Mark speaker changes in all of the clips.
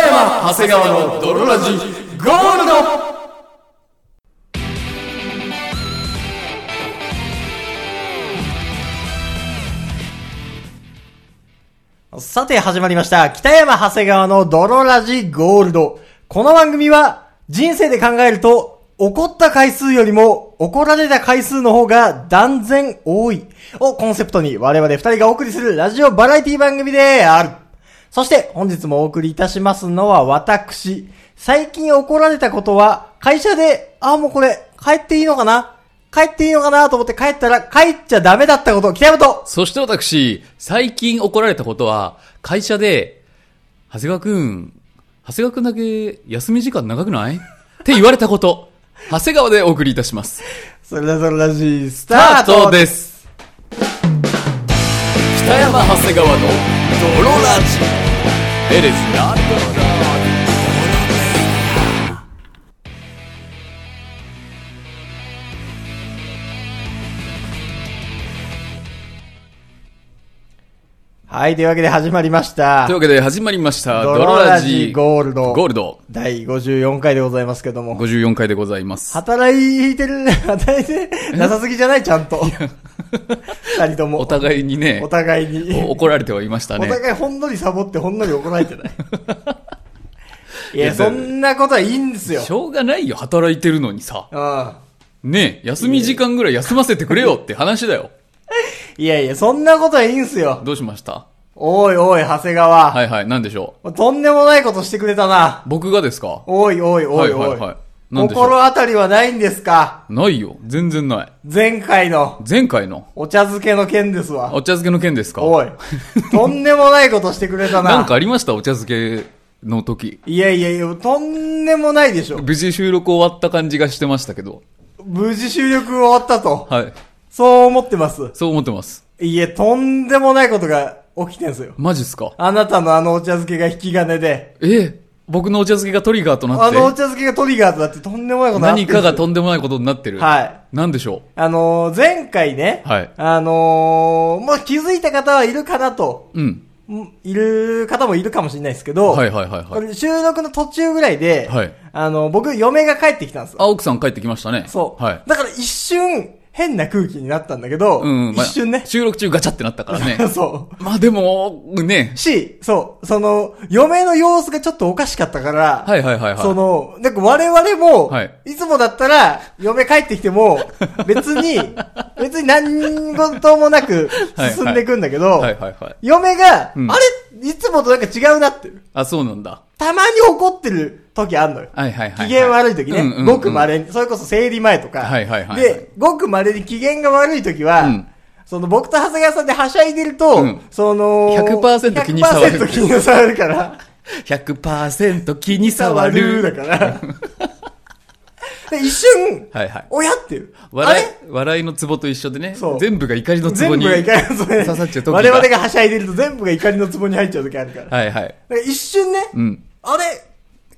Speaker 1: 長谷川の泥ラジゴールド
Speaker 2: さて始まりました。北山長谷川の泥ラジゴールド。この番組は人生で考えると怒った回数よりも怒られた回数の方が断然多いをコンセプトに我々二人がお送りするラジオバラエティ番組である。そして本日もお送りいたしますのは私。最近怒られたことは会社で、あ、もうこれ帰っていいのかな帰っていいのかなと思って帰ったら帰っちゃダメだったこと、北山と
Speaker 1: そして私、最近怒られたことは、会社で、長谷川くん、長谷川くんだけ休み時間長くないって言われたこと、長谷川でお送りいたします。
Speaker 2: それでは泥ラジスタ
Speaker 1: ス
Speaker 2: ー
Speaker 1: ター
Speaker 2: ト
Speaker 1: ト
Speaker 2: です
Speaker 1: です。北山長谷川の泥ラジ。It is not gonna
Speaker 2: はい、というわけで始まりました。
Speaker 1: というわけで始まりました、
Speaker 2: ドロラジゴールド
Speaker 1: ゴールド。
Speaker 2: 第54回でございますけども。
Speaker 1: 54回でございます。
Speaker 2: 働いてる、働いてなさすぎじゃないちゃんと。二人とも。
Speaker 1: お互いにね
Speaker 2: お、互いに。
Speaker 1: お怒られてはいました
Speaker 2: お
Speaker 1: ね。
Speaker 2: 互いほんのりサボってほんのり怒られて ない。いや、
Speaker 1: いやだ
Speaker 2: そんなことはいいんですよ。
Speaker 1: しょうがないよ、働いてるのにさ。
Speaker 2: うん。
Speaker 1: ねえ、休み時間ぐらい休ませてくれよって話だよ。
Speaker 2: いやいや、そんなことはいいんすよ。
Speaker 1: どうしました
Speaker 2: おいおい、長谷川。
Speaker 1: はいはい、なんでしょ
Speaker 2: とんでもないことしてくれたな。
Speaker 1: う。僕がですか
Speaker 2: おいおいおいおい。
Speaker 1: はいはいはいなんでしょう
Speaker 2: 心当たりはないんですか
Speaker 1: ないよ。全然ない。
Speaker 2: 前回の。
Speaker 1: 前回の、
Speaker 2: お茶漬けの件ですわ。
Speaker 1: お茶漬けの件ですか
Speaker 2: おい。とんでもないことしてくれたな。
Speaker 1: なんかありましたお茶漬けの時。
Speaker 2: いやいやいや、とんでもないでしょ。
Speaker 1: 無事収録終わった感じがしてましたけど。
Speaker 2: 無事収録終わったと。
Speaker 1: はい。
Speaker 2: そう思ってます。
Speaker 1: そう思ってます。
Speaker 2: いえ、とんでもないことが起きてんすよ。
Speaker 1: マジっすか
Speaker 2: あなたのあのお茶漬けが引き金で、
Speaker 1: え僕のお茶漬けがトリガーとな
Speaker 2: あのお
Speaker 1: って、
Speaker 2: 茶漬けがトリガーとなってとんでもないことに
Speaker 1: 何
Speaker 2: な
Speaker 1: か
Speaker 2: って
Speaker 1: が
Speaker 2: んすよ
Speaker 1: とんでもないことになってる。
Speaker 2: はい。
Speaker 1: なんでしょ
Speaker 2: あのー前回ね、
Speaker 1: はい
Speaker 2: あのーもう気づいた方はいるかなと、
Speaker 1: ううん。
Speaker 2: んいる方もいるかもしれないですけど、
Speaker 1: はいはいはい
Speaker 2: こ
Speaker 1: はい。
Speaker 2: れ収録の途中ぐらいで、
Speaker 1: はい
Speaker 2: あの、僕、嫁が帰ってきたんですよ。
Speaker 1: あ、奥さん帰ってきましたね。
Speaker 2: そう。
Speaker 1: はい。
Speaker 2: だから一瞬、変な空気になったんだけど、
Speaker 1: うんうん、まあ
Speaker 2: 一瞬ね。。
Speaker 1: 収録中ガチャってなったからね
Speaker 2: そ
Speaker 1: まあでも、ね
Speaker 2: う。。し、そう、その、嫁の様子がちょっとおかしかったから、
Speaker 1: はいはいはいはい。
Speaker 2: その、なんか我々も、
Speaker 1: はい
Speaker 2: い、つもだったら、嫁帰ってきて も、別に、別に何事もなく進んでいくんだけど、
Speaker 1: はいはいはい。
Speaker 2: 嫁が、
Speaker 1: うん
Speaker 2: あれいつもとなんか違うなって、
Speaker 1: あ、そうなんだ。
Speaker 2: たまに怒ってる時あんのよ。
Speaker 1: はいはいはい、は
Speaker 2: 機
Speaker 1: い。
Speaker 2: 嫌悪い時
Speaker 1: うんうんう
Speaker 2: ね、
Speaker 1: ん
Speaker 2: ごく稀に、それこそ生理前とか
Speaker 1: はいはいは、い
Speaker 2: で、ごく稀に機嫌が悪い時
Speaker 1: う
Speaker 2: は
Speaker 1: ん、
Speaker 2: その僕と長谷川さんではしゃいでると
Speaker 1: うん、
Speaker 2: その、
Speaker 1: 100%気に障る
Speaker 2: 100%気に障るから、
Speaker 1: 100%気に
Speaker 2: 触
Speaker 1: 障
Speaker 2: る
Speaker 1: る。
Speaker 2: だから。 で一瞬、
Speaker 1: はいはい。
Speaker 2: おやっていう。あ
Speaker 1: 笑い
Speaker 2: れ、
Speaker 1: 笑いのツボと一緒でね
Speaker 2: そう。
Speaker 1: 全部が怒りのツボ
Speaker 2: 全
Speaker 1: に。
Speaker 2: 部が怒りの壺に
Speaker 1: 刺さっちゃう時が
Speaker 2: 我々がはしゃいでると全部が怒りの壺に入っちゃう時あるから。だか
Speaker 1: はいはい。
Speaker 2: ら一瞬ね
Speaker 1: うん、
Speaker 2: あれ、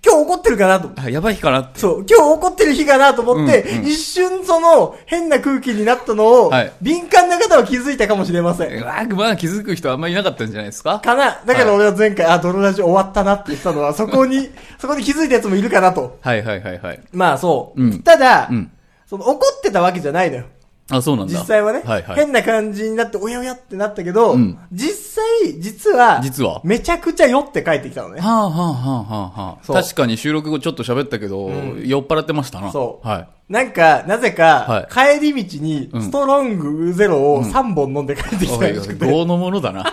Speaker 2: 今日怒ってるかなと思って
Speaker 1: あ、やばい日かなって。
Speaker 2: そう、今日怒ってる日かなと思って、
Speaker 1: うんうん
Speaker 2: 一瞬その変な空気になったのを、
Speaker 1: はい
Speaker 2: 敏感な方は気づいたかもしれませ。
Speaker 1: うんわーまあ気づく人はあんまりいなかったんじゃないですか
Speaker 2: かな。だから俺は前回、あ、泥ラジ終わったなって言ったのは、そこ に、そこに気づいたやつもいるかなと。
Speaker 1: はいはいはいはい。
Speaker 2: まあそう。
Speaker 1: うん
Speaker 2: ただ、
Speaker 1: うん
Speaker 2: その怒ってたわけじゃないのよ。
Speaker 1: あ、そうなんだ。
Speaker 2: 実際はね、
Speaker 1: はいはい。
Speaker 2: 変な感じになって、おやおやってなったけど、
Speaker 1: うん
Speaker 2: 実際、実は、
Speaker 1: 実は
Speaker 2: めちゃくちゃ酔って帰ってきたのね。
Speaker 1: はあはあはあはあはあ。
Speaker 2: そう
Speaker 1: 確かに収録後ちょっと喋ったけど、
Speaker 2: ん
Speaker 1: 酔っ払ってましたな。
Speaker 2: そう
Speaker 1: はい。
Speaker 2: なんか、なぜか、帰り道に
Speaker 1: う、ん
Speaker 2: ストロングゼロを3本飲んで帰ってきた
Speaker 1: おい
Speaker 2: ら
Speaker 1: お
Speaker 2: し
Speaker 1: い
Speaker 2: くて。
Speaker 1: 業のものだ な。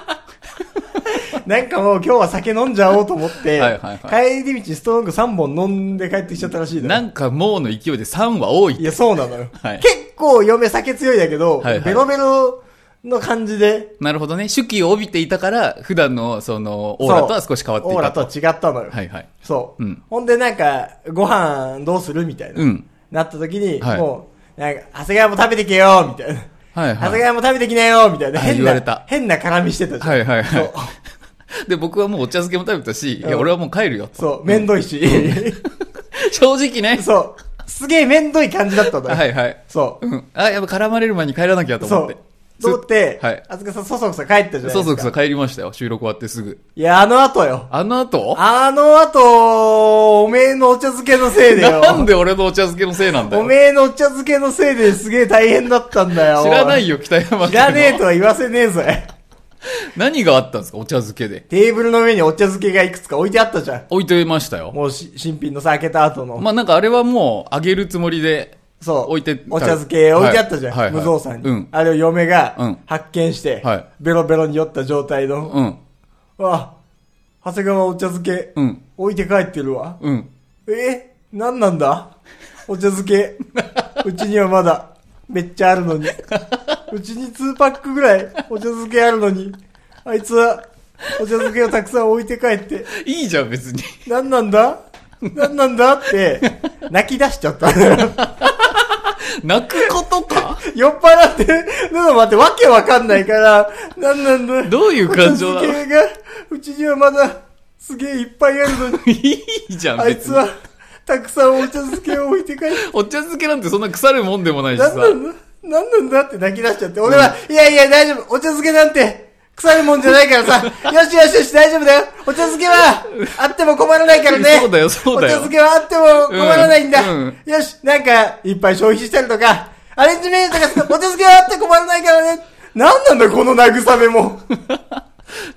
Speaker 2: なんかもう今日は酒飲んじゃおうと思って、
Speaker 1: はいはいは
Speaker 2: 帰り道ストロング3本飲んで帰ってきちゃったらしいのよ
Speaker 1: なんかもうの勢いで3は多
Speaker 2: い
Speaker 1: い。
Speaker 2: や、そうなのよ。
Speaker 1: はい
Speaker 2: 結構嫁酒強いだけど、
Speaker 1: はいはい
Speaker 2: ベロベロの感じで、
Speaker 1: なるほどね。手記を帯びていたから、普段のその、オーラとは少し変わってい
Speaker 2: オーラ
Speaker 1: た
Speaker 2: とは違ったのよ。
Speaker 1: はいはい。
Speaker 2: そう、
Speaker 1: うん
Speaker 2: ほんでなんか、ご飯どうするみたいな、
Speaker 1: うん
Speaker 2: なった時に、
Speaker 1: はい
Speaker 2: もう、なんか、長谷川も食べてけよみたいな。長
Speaker 1: はいは
Speaker 2: 谷
Speaker 1: い。
Speaker 2: 川も食べてきなよみたいな。
Speaker 1: あ
Speaker 2: 変な、
Speaker 1: 言われた
Speaker 2: 変な絡みしてたじゃん。
Speaker 1: はいはい
Speaker 2: そ
Speaker 1: は
Speaker 2: う
Speaker 1: い。。で、僕はもうお茶漬けも食べたし、いや、俺はもう帰るよと。
Speaker 2: そう、めんどいし。
Speaker 1: 正直ね。
Speaker 2: そう。すげえめんどい感じだったのよ。
Speaker 1: はいはい。
Speaker 2: そう。
Speaker 1: うん。あ、やっぱ絡まれる前に帰らなきゃと
Speaker 2: そ
Speaker 1: 思っ
Speaker 2: う
Speaker 1: て。。
Speaker 2: 通って、
Speaker 1: はい
Speaker 2: あずかさん、そそくさ帰ったじゃないですか。
Speaker 1: そうそうそう、帰りましたよ。収録終わってすぐ。
Speaker 2: いや、あの後よ。
Speaker 1: あの後
Speaker 2: あの後、おめえのお茶漬けのせいでよ。
Speaker 1: なんで俺のお茶漬けのせいなんだ
Speaker 2: お
Speaker 1: よ。
Speaker 2: めえのお茶漬けのせいですげえ大変だったんだよ。
Speaker 1: 知らないよ、北山
Speaker 2: 知らねえ
Speaker 1: と。
Speaker 2: とは言わせねえぜ。
Speaker 1: 何があったんですか、お茶漬けで。
Speaker 2: テーブルの上にお茶漬けがいくつか置いてあったじゃん。
Speaker 1: 置いてましたよ。
Speaker 2: もうし新品のさ、開けた後の。
Speaker 1: まあなんかあれはもう、あげるつもりで。
Speaker 2: そう。
Speaker 1: 置いて
Speaker 2: お茶漬け置いてあったじゃん。
Speaker 1: はいはいはい
Speaker 2: 無造作に。
Speaker 1: うん
Speaker 2: あれを嫁
Speaker 1: う
Speaker 2: が
Speaker 1: ん
Speaker 2: 発見して、
Speaker 1: はい
Speaker 2: ベロベロに酔った状態の、
Speaker 1: うん、
Speaker 2: わあ、長谷川お茶漬け、
Speaker 1: うん、
Speaker 2: 置いて帰ってるわ。
Speaker 1: うん。
Speaker 2: え何なんだお茶漬 け。うちにはまだ、めっちゃあるのに。うちに2パックぐらいお茶漬けあるのに、あいつは、お茶漬けをたくさん置いて帰って、
Speaker 1: いいじゃん、別 に。
Speaker 2: 何なんだ何なんだって、泣き出しちゃった。
Speaker 1: 泣くことか
Speaker 2: 酔っ払ってるの待って、わけわかんないから、なんなんだ。
Speaker 1: どういう感情な
Speaker 2: お茶
Speaker 1: の
Speaker 2: 漬けが、うちにはまだ、すげえいっぱいある のに、
Speaker 1: いいじゃん、
Speaker 2: あ
Speaker 1: 別に。
Speaker 2: いつは、たくさんお茶漬けを置いて帰って、
Speaker 1: お茶漬けなんてそんな腐るもんでもないし
Speaker 2: な
Speaker 1: さ
Speaker 2: ん。なんだなんなんだって泣き出しちゃって、俺は、いやいや大丈夫、お茶漬けなんて、腐るもんじゃないから さ、よしよしよし、大丈夫だよ。お茶漬けは、あっても困らないからね。
Speaker 1: そうだよそうだよ
Speaker 2: お茶漬けはあっても困らないんだ。
Speaker 1: うんうん
Speaker 2: よし、なんか、いっぱい消費したりとか、アレンジメニューとか、お茶漬けはあって困らないからね。なんなんだ、この慰めも。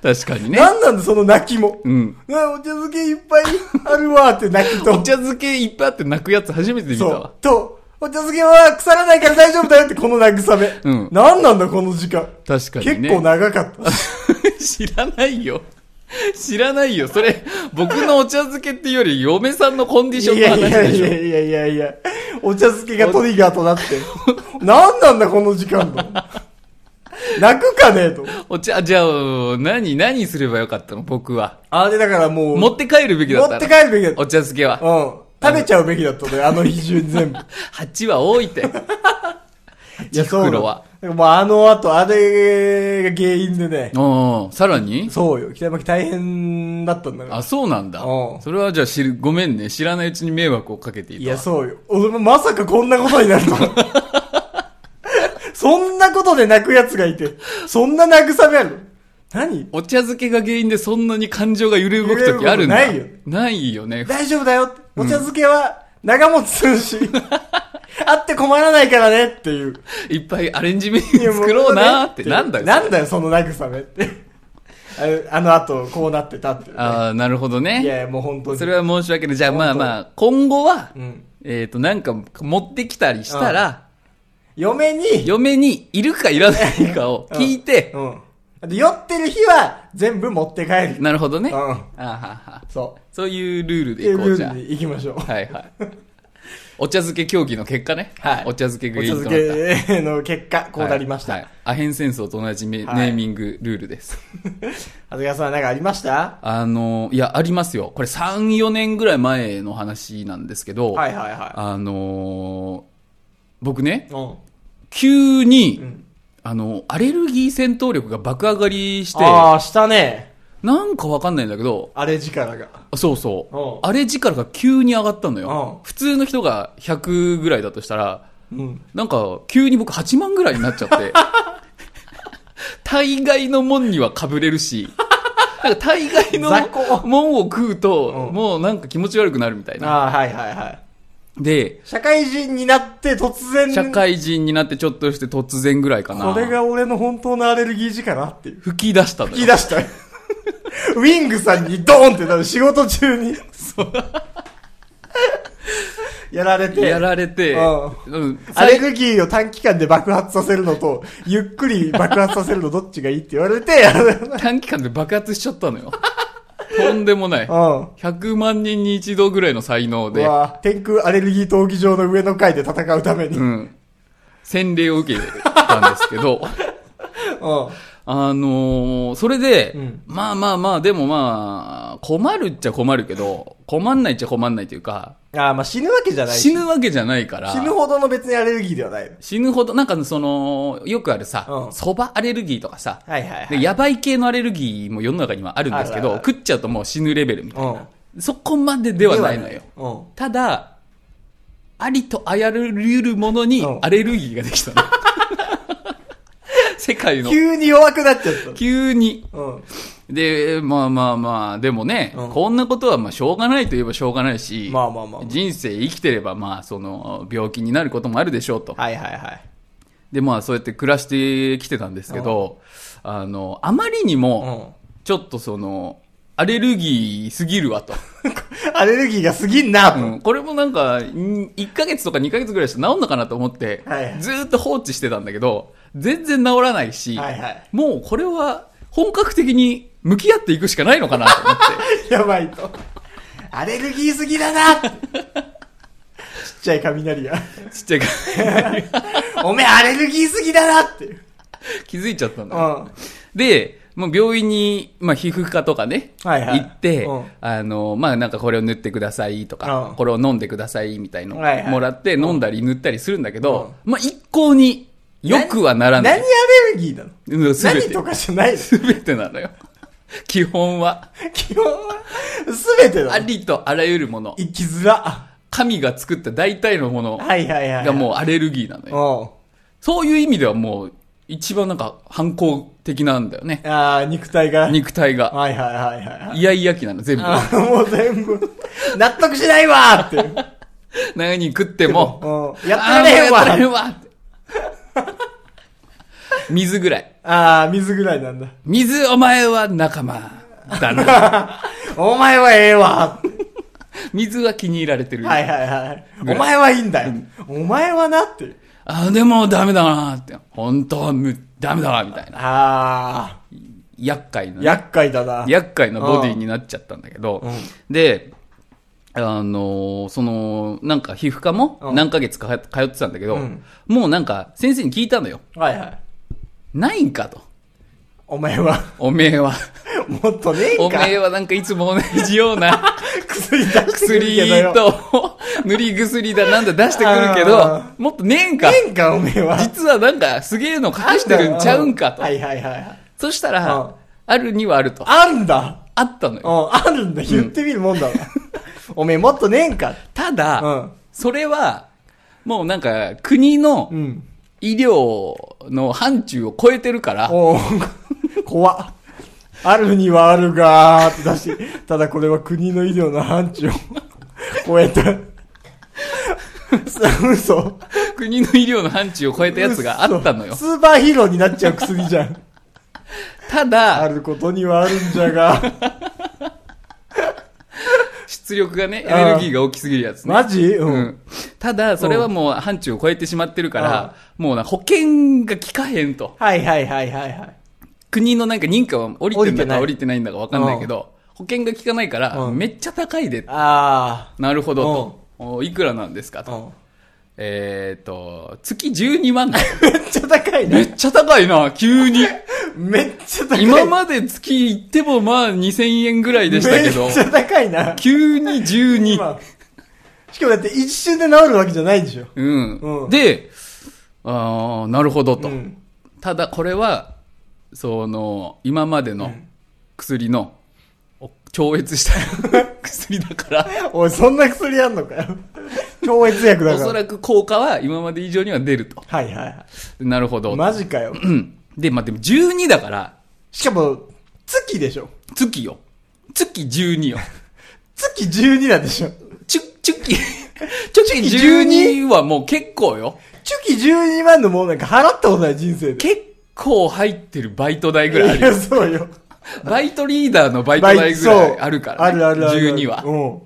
Speaker 1: 確かにね。
Speaker 2: なんなんだ、その泣きも。
Speaker 1: うん。
Speaker 2: なお茶漬けいっぱいあるわって泣き
Speaker 1: お
Speaker 2: と。
Speaker 1: 茶漬けいっぱいあって泣くやつ初めて見た
Speaker 2: そ
Speaker 1: わ
Speaker 2: う。。と、お茶漬けは腐らないから大丈夫だよって、この慰め。
Speaker 1: うん
Speaker 2: なんなんだ、この時間。
Speaker 1: 確かにね。
Speaker 2: 結構長かった。
Speaker 1: 知らないよ。知らないよ。それ、僕のお茶漬けっていうより、嫁さんのコンディ
Speaker 2: い
Speaker 1: ション
Speaker 2: や
Speaker 1: の
Speaker 2: い
Speaker 1: 話
Speaker 2: や
Speaker 1: で
Speaker 2: い
Speaker 1: しょ。
Speaker 2: やいやいやいや、お茶漬けがトリガーとなって。なんなんだ、この時間と。泣くかねえと。
Speaker 1: お茶、じゃあ、何、何すればよかったの僕は。
Speaker 2: あれだからもう、
Speaker 1: 持って帰るべきだった
Speaker 2: 持
Speaker 1: の。
Speaker 2: って帰るべきだった。
Speaker 1: お茶漬けは。
Speaker 2: うん。食べちゃうべきだったのよ、あの日中に 全部。
Speaker 1: 鉢は多い って。
Speaker 2: いや、
Speaker 1: 袋
Speaker 2: だ
Speaker 1: は。
Speaker 2: でももうあの後、あれが原因でね。
Speaker 1: うんうん。さらに
Speaker 2: そうよ、北山家大変だったんだから
Speaker 1: あ、。そうなんだ
Speaker 2: う。ん
Speaker 1: それはじゃあ知る、ごめんね。知らないうちに迷惑をかけていた。
Speaker 2: いや、そうよ。俺もまさかこんなことになるとは。 そんなことで泣くやつがいて、そんな慰めある何
Speaker 1: お茶漬けが原因でそんなに感情が揺れ動くときあるんだ。
Speaker 2: 揺れ動くこ
Speaker 1: ないよね。
Speaker 2: 大丈夫だよって。お茶漬けは長持ちする し、あって困らないからねっていう。
Speaker 1: いっぱいアレンジメニュー作ろうなーって。なんだよ。
Speaker 2: なんだよ、その慰めって。あれあの後、こうなってたっていうね、
Speaker 1: ああ、なるほどね。
Speaker 2: いやいや、もう本当に。
Speaker 1: それは申し訳ない。じゃあまあ
Speaker 2: 本当
Speaker 1: まあ、今後は、
Speaker 2: うん。
Speaker 1: えっ、と、なんか持ってきたりしたら、
Speaker 2: 嫁に、
Speaker 1: 嫁にいるかいらないかを聞いて、
Speaker 2: うん。で、酔ってる日は全部持って帰る。
Speaker 1: なるほどね。
Speaker 2: うん
Speaker 1: あはは
Speaker 2: そう。
Speaker 1: そういうルール
Speaker 2: って
Speaker 1: でいこうじゃあ。
Speaker 2: に行きましょう。
Speaker 1: はいはい。お茶漬け競技の結果ね。
Speaker 2: はい
Speaker 1: お茶漬け
Speaker 2: お
Speaker 1: グリ
Speaker 2: 茶
Speaker 1: ーンと
Speaker 2: 漬
Speaker 1: なった。
Speaker 2: けの結果、こうなりました。
Speaker 1: はいはいアヘン戦争と同じめネ
Speaker 2: はい
Speaker 1: ーミングルールです。
Speaker 2: 長谷川さん、なんかありました
Speaker 1: あの、いや、ありますよ。これ3、4年ぐらい前の話なんですけど、
Speaker 2: はいはいは
Speaker 1: あの僕ね
Speaker 2: い。、うん。
Speaker 1: 急に、
Speaker 2: ん
Speaker 1: あの、アレルギー戦闘力が爆上がりして、
Speaker 2: ああ、したね。
Speaker 1: なんかわかんないんだけど、
Speaker 2: あれ力が。
Speaker 1: そうそ
Speaker 2: おう
Speaker 1: う。あれ力が急に上がったのよ
Speaker 2: お。う
Speaker 1: 普通の人が100ぐらいだとしたら、
Speaker 2: うん。
Speaker 1: なんか急に僕8万ぐらいになっちゃ って。大概のもんには被れるし、なんか大概
Speaker 2: 雑魚
Speaker 1: のもんを食うと、
Speaker 2: うん
Speaker 1: もうなんか気持ち悪くなるみたいな。
Speaker 2: ああ、はいはいはい。
Speaker 1: で、
Speaker 2: 社会人になって突然、
Speaker 1: 社会人になってちょっとして突然ぐらいかな。
Speaker 2: これが俺の本当のアレルギー力っていう。
Speaker 1: 吹き出したのよ
Speaker 2: 吹き出した。 ウィングさんにドーンってなる仕事中に。 やられて。
Speaker 1: やられて、
Speaker 2: う
Speaker 1: うん
Speaker 2: アレルギーを短期間で爆発させるのと、ゆっくり爆発させるのどっちがいいって言われて、
Speaker 1: 短期間で爆発しちゃったのよ。とんでもない。
Speaker 2: うん。
Speaker 1: 100万人に一度ぐらいの才能
Speaker 2: う
Speaker 1: で、
Speaker 2: わ天空アレルギー闘技場の上の階で戦うために。う。
Speaker 1: うんん、洗礼を受けたんですけ ど、あのーそれで、
Speaker 2: うん
Speaker 1: まあまあまあ、でもまあ、困るっちゃ困るけど、困んないっちゃ困んないというか、
Speaker 2: ああ、まあ死ぬわけじゃないし
Speaker 1: 死ぬわけじゃないから、
Speaker 2: 死ぬほどの別にアレルギーではない。
Speaker 1: 死ぬほど、なんかその、よくあるさ
Speaker 2: う、ん
Speaker 1: そ、ば、アレルギーとかさ、
Speaker 2: はいはい
Speaker 1: で、やばい系のアレルギーも世の中にはあるんですけ
Speaker 2: あ
Speaker 1: ど、
Speaker 2: るある
Speaker 1: 食っちゃうともう死ぬレベルみたい
Speaker 2: うん
Speaker 1: な。そこまでではないのよ。
Speaker 2: うん。
Speaker 1: ただ、ありとあらゆるものに
Speaker 2: うん
Speaker 1: アレルギーができたの。世界の。
Speaker 2: 急に弱くなっちゃっ
Speaker 1: 急に。
Speaker 2: た。うん。
Speaker 1: で、まあまあまあ、でもね、
Speaker 2: うん
Speaker 1: こんなことはまあしょうがないといえばしょうがないし、
Speaker 2: まあまあまあまあ
Speaker 1: 人生生きてればまあその病気になることもあるでしょうと。
Speaker 2: はいはいはい。
Speaker 1: でまあそうやって暮らしてきてたんですけど、あの、あまりにも、
Speaker 2: う
Speaker 1: ちょっとその、アレルギーすぎるわと。
Speaker 2: ん。 アレルギーが過ぎんなと。
Speaker 1: うんこれもなんか、ん1ヶ月とか2ヶ月ぐらいして治んのかなと思って、
Speaker 2: はい
Speaker 1: ずーっと放置してたんだけど、全然治らないし、
Speaker 2: はいはい
Speaker 1: もうこれは本格的に向き合っていくしかないのかなと思って。
Speaker 2: やばいと。アレルギー過ぎだなちっちゃい雷が。
Speaker 1: ちっちゃいか
Speaker 2: おめえアレルギー過ぎだなっていう。
Speaker 1: ら 気づいちゃったん
Speaker 2: う
Speaker 1: だ
Speaker 2: ん。
Speaker 1: よ。
Speaker 2: は
Speaker 1: で、まあ、病院に、まあ、皮膚科とかね、
Speaker 2: はいはい
Speaker 1: 行って、
Speaker 2: うん
Speaker 1: あの、まあ、なんかこれを塗ってくださいとか、
Speaker 2: うん
Speaker 1: これを飲んでくださいみたいの
Speaker 2: はいはい
Speaker 1: もらって、飲んだり塗ったりするんだけど、まあ、一向に良くはなら
Speaker 2: 何
Speaker 1: な
Speaker 2: ア
Speaker 1: い。
Speaker 2: レルギーなの
Speaker 1: うん全
Speaker 2: 何
Speaker 1: て
Speaker 2: とかじゃないの
Speaker 1: すべてなのよ。 基本は、
Speaker 2: 基本は、すべて
Speaker 1: あ
Speaker 2: だの。
Speaker 1: りとあらゆるもの、
Speaker 2: 生きづら。
Speaker 1: 神が作った大体のもの
Speaker 2: はいはいはい。
Speaker 1: がもうアレルギーなのよ。
Speaker 2: う
Speaker 1: そういう意味ではもう、一番なんか反抗的なんだよね。
Speaker 2: ん。ああ、肉体が。
Speaker 1: 肉体が。
Speaker 2: はいはいはいはい。
Speaker 1: イヤイヤ期なの、全部。
Speaker 2: あーもう全部、納得しないわーっていう。
Speaker 1: 何食っても、
Speaker 2: うんやってられへんわ
Speaker 1: あーもうやってられんわって水ぐらい。
Speaker 2: ああ、水ぐらいなんだ。
Speaker 1: 水、お前は仲間 だな。
Speaker 2: お前はええわーって
Speaker 1: 水は気に入られてる。
Speaker 2: はいはいはい。お前はいいんだよ。お前はなっていう。
Speaker 1: あーでもダメだなって。本当はむダメだわ、みたいな。
Speaker 2: ああ、
Speaker 1: 厄介なね、
Speaker 2: 厄介だな。
Speaker 1: 厄介なボディになっちゃったんだけど、で、あのーその、なんか皮膚科も
Speaker 2: うん
Speaker 1: 何ヶ月か通ってたんだけど、
Speaker 2: うん
Speaker 1: もうなんか先生に聞いたのよ。
Speaker 2: はいはい。
Speaker 1: ないんかと。
Speaker 2: お前は、
Speaker 1: おめえは。
Speaker 2: もっとねえん
Speaker 1: お
Speaker 2: か。
Speaker 1: めえはなんかいつも同じよう な
Speaker 2: 薬出してくる
Speaker 1: 薬
Speaker 2: けどよ。
Speaker 1: と塗り薬だなんだ出してくるけど
Speaker 2: あ、
Speaker 1: もっとねえんか
Speaker 2: ね。えんか、おめえは。
Speaker 1: 実はなんかすげえの隠してるんちゃうんかと
Speaker 2: は。いはいはい。
Speaker 1: そした
Speaker 2: うん
Speaker 1: ら、あるにはあると。
Speaker 2: あんだ。
Speaker 1: あったの
Speaker 2: う
Speaker 1: よ。
Speaker 2: ん、あるんだ。言ってみる もんだわ。おめえもっとねえんか。
Speaker 1: ただ、
Speaker 2: うん
Speaker 1: それは、もうなんか国の
Speaker 2: うん。
Speaker 1: 医療の範疇を超えてるから、
Speaker 2: おー怖っ。あるにはあるがーってだしただこれは国の医療の範疇を 超えた。嘘嘘。
Speaker 1: 国の医療の範疇を超えたやつがあったのよ。
Speaker 2: スーパーヒーローになっちゃう薬じゃん。
Speaker 1: た
Speaker 2: あ
Speaker 1: だ、
Speaker 2: ることにはあるんじゃ が。
Speaker 1: 出力がね、エネルギーが大きすぎるやつね。
Speaker 2: マジう。
Speaker 1: うんん、ただ、それはもう範疇を超えてしまってるから、もうな保険が効かへんと。
Speaker 2: はいはいはいはいはい。
Speaker 1: 国のなんか認可は降りてんだか降
Speaker 2: 降
Speaker 1: り
Speaker 2: り
Speaker 1: てないんだかわかんないけど、保険が効かないから、
Speaker 2: うん
Speaker 1: めっちゃ高いで。
Speaker 2: あ
Speaker 1: なるほどと。おいくらなんですか
Speaker 2: ー。
Speaker 1: と。
Speaker 2: うん。
Speaker 1: えっ、ー、と、月12万だよ
Speaker 2: めっちゃ高い
Speaker 1: め
Speaker 2: ね。
Speaker 1: っちゃ高い な、急に。
Speaker 2: めっちゃ高い。
Speaker 1: 今まで月行ってもまあ2000円ぐらいでしたけど
Speaker 2: めっ、ちゃ高いな。
Speaker 1: 急に12。
Speaker 2: 今しかもだって一瞬で治るわけじゃないでしょ。
Speaker 1: うん。
Speaker 2: うん
Speaker 1: で、ああ、なるほどと。
Speaker 2: うん。
Speaker 1: ただこれは、その、今までの薬の、お超越した 薬だから、
Speaker 2: おい、そんな薬やんのかよ。超越薬だ
Speaker 1: お
Speaker 2: か
Speaker 1: そ
Speaker 2: ら。
Speaker 1: らく効果は今まで以上には出ると。
Speaker 2: はいはいは
Speaker 1: なるほ
Speaker 2: い。
Speaker 1: ど。
Speaker 2: マジかよ。
Speaker 1: うん。で、まあ、でも12だから、
Speaker 2: しかも、月でしょ。
Speaker 1: 月よ。月12よ。
Speaker 2: 月12なんでしょ。
Speaker 1: チュ、チュ ッキ、チュッキ12はもう結構よ。
Speaker 2: チュキ12万のものなんか払ったことない人生で。
Speaker 1: 結構入ってるバイト代ぐらいあ
Speaker 2: い
Speaker 1: るよ。
Speaker 2: や、そうよ。
Speaker 1: バイトリーダーのバイト代ぐらいあるから、ね。
Speaker 2: そうあるあるある。
Speaker 1: 12は。
Speaker 2: うん。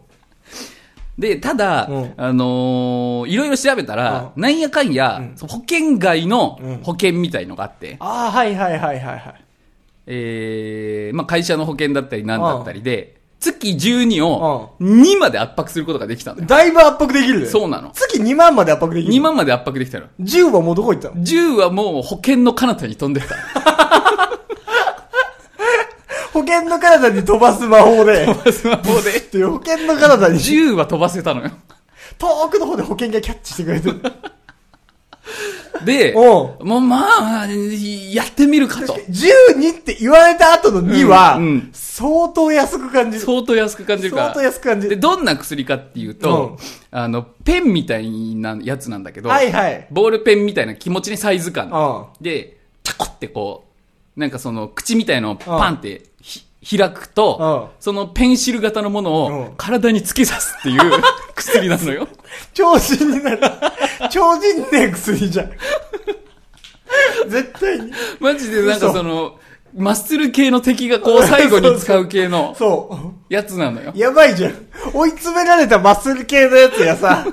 Speaker 1: で、ただ、
Speaker 2: うん
Speaker 1: あのーいろいろ調べたら、
Speaker 2: う
Speaker 1: なんやかんや、
Speaker 2: うん
Speaker 1: その保険外の
Speaker 2: うん
Speaker 1: 保険みたいのがあって、
Speaker 2: ああ、はいはいはいはいはい。
Speaker 1: えー、まあ会社の保険だったりなんだったりで、月12を2まで圧迫することができたんだよ。
Speaker 2: だいぶ圧迫できるね
Speaker 1: そうなの
Speaker 2: 月2万まで圧迫できる。
Speaker 1: 2万まで圧迫できたの。
Speaker 2: 10はもうどこ行ったの
Speaker 1: 10はもう保険の彼方に飛んでた。
Speaker 2: 保険の体に飛ばす魔法で。
Speaker 1: スマホで。
Speaker 2: っていう保険の体に。
Speaker 1: 10は飛ばせたのよ。
Speaker 2: 遠くの方で保険がキャッチしてくれてる。
Speaker 1: で、
Speaker 2: お
Speaker 1: もうまあ、やってみるかと。
Speaker 2: 12って言われた後の2は、
Speaker 1: うんうん
Speaker 2: 相当安く感じる。
Speaker 1: 相当安く感じるから。
Speaker 2: 相当安く感じ
Speaker 1: で、
Speaker 2: る。
Speaker 1: どんな薬かっていうと、あの、ペンみたいなやつなんだけど、
Speaker 2: はいはい。
Speaker 1: ボールペンみたいな気持ちにサイズ
Speaker 2: う
Speaker 1: 感。
Speaker 2: ん。
Speaker 1: で、チャッコってこう、なんかその口みたいのをパンってひ、開くと、そのペンシル型のもの
Speaker 2: うん
Speaker 1: を体に突き刺すっていう 薬なのよ。
Speaker 2: 超人になる。超人になる薬じゃん。絶対に。
Speaker 1: マジでなんかその、マッスル系の敵がこう最後に使う系の
Speaker 2: そ
Speaker 1: やつなのよ
Speaker 2: う。。やばいじゃん。追い詰められたマッスル系のやつやさ、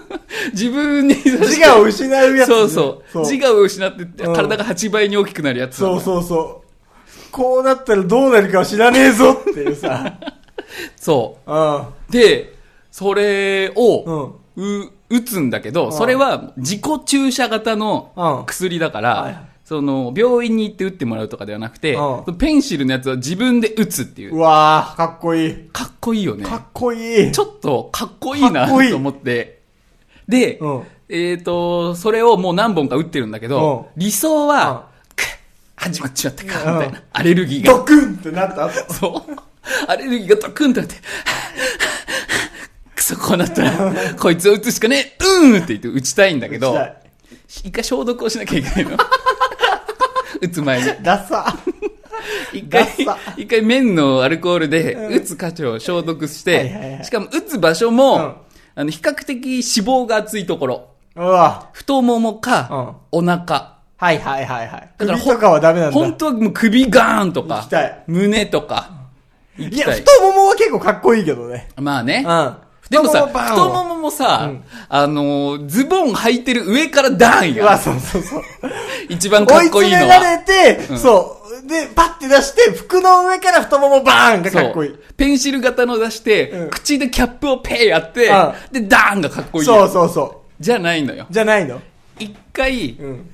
Speaker 1: 自分に刺して
Speaker 2: 自我を失うやつ。
Speaker 1: そうそう。自我を失って
Speaker 2: うん
Speaker 1: 体が8倍に大きくなるやつなの
Speaker 2: そ
Speaker 1: よ。
Speaker 2: うそうそう。こうなったらどうなるかは知らねえぞっていうさ。
Speaker 1: そう。
Speaker 2: うん。
Speaker 1: で、それを、う、打つんだけど、
Speaker 2: ん
Speaker 1: それは自己注射型
Speaker 2: う
Speaker 1: の
Speaker 2: ん
Speaker 1: 薬だか
Speaker 2: はいはい
Speaker 1: ら、その、病院に行って打ってもらうとかではなくて
Speaker 2: う、
Speaker 1: ペンシルのやつは自分で打つっていうう。
Speaker 2: わー、かっこいい。
Speaker 1: かっこいいよね。
Speaker 2: かっこいい。
Speaker 1: ちょっとかっこいいな
Speaker 2: かっこいい
Speaker 1: と思って。で
Speaker 2: うん、
Speaker 1: えっと、それをもう何本か打ってるんだけど、理想は、くっ始まっちまったか、みたい
Speaker 2: うん
Speaker 1: な。アレルギーが
Speaker 2: ドクンってなった後。
Speaker 1: そう。アレルギーがドクンとなって、くそ、こうなったら、こいつを打つしかねえ、うーんって言って打ちたいんだけ
Speaker 2: 打
Speaker 1: ど
Speaker 2: ちたい、
Speaker 1: 一回消毒をしなきゃいけないの。打つ前に。
Speaker 2: ダサ。
Speaker 1: 一回
Speaker 2: ダッサ、
Speaker 1: 一回麺のアルコールで、打つ箇所を消毒し
Speaker 2: はいはいは
Speaker 1: て
Speaker 2: い、
Speaker 1: しかも打つ場所
Speaker 2: うん
Speaker 1: も、あの、比較的脂肪が厚いところ。
Speaker 2: うわ。
Speaker 1: 太ももか、お腹。
Speaker 2: はいはいはいはい。
Speaker 1: だから
Speaker 2: 首とかはダメなんだ。
Speaker 1: 本当はもう首ガーンと
Speaker 2: 行
Speaker 1: か
Speaker 2: きたい、
Speaker 1: 胸とか。行
Speaker 2: い
Speaker 1: き
Speaker 2: や、
Speaker 1: たい。
Speaker 2: 太ももは結構かっこいいけどね。
Speaker 1: まあね。
Speaker 2: うん。
Speaker 1: でもさ、
Speaker 2: バーン
Speaker 1: 太もももさ、
Speaker 2: うん
Speaker 1: あのー、ズボン履いてる上からダーン
Speaker 2: うわ、
Speaker 1: や。
Speaker 2: そうそうそう。
Speaker 1: 一番か
Speaker 2: 追い
Speaker 1: っこい
Speaker 2: 詰
Speaker 1: いの
Speaker 2: めら
Speaker 1: は。
Speaker 2: れて、そう。で、パッて出して、服の上から太ももバーンがかっこいい。
Speaker 1: そうペンシル型の出して、
Speaker 2: うん
Speaker 1: 口でキャップをペーやって、
Speaker 2: う
Speaker 1: で、ダーンがかっこいいやん
Speaker 2: そうそうそ
Speaker 1: じゃないのよ
Speaker 2: う。。じゃないの
Speaker 1: 一回、
Speaker 2: うん。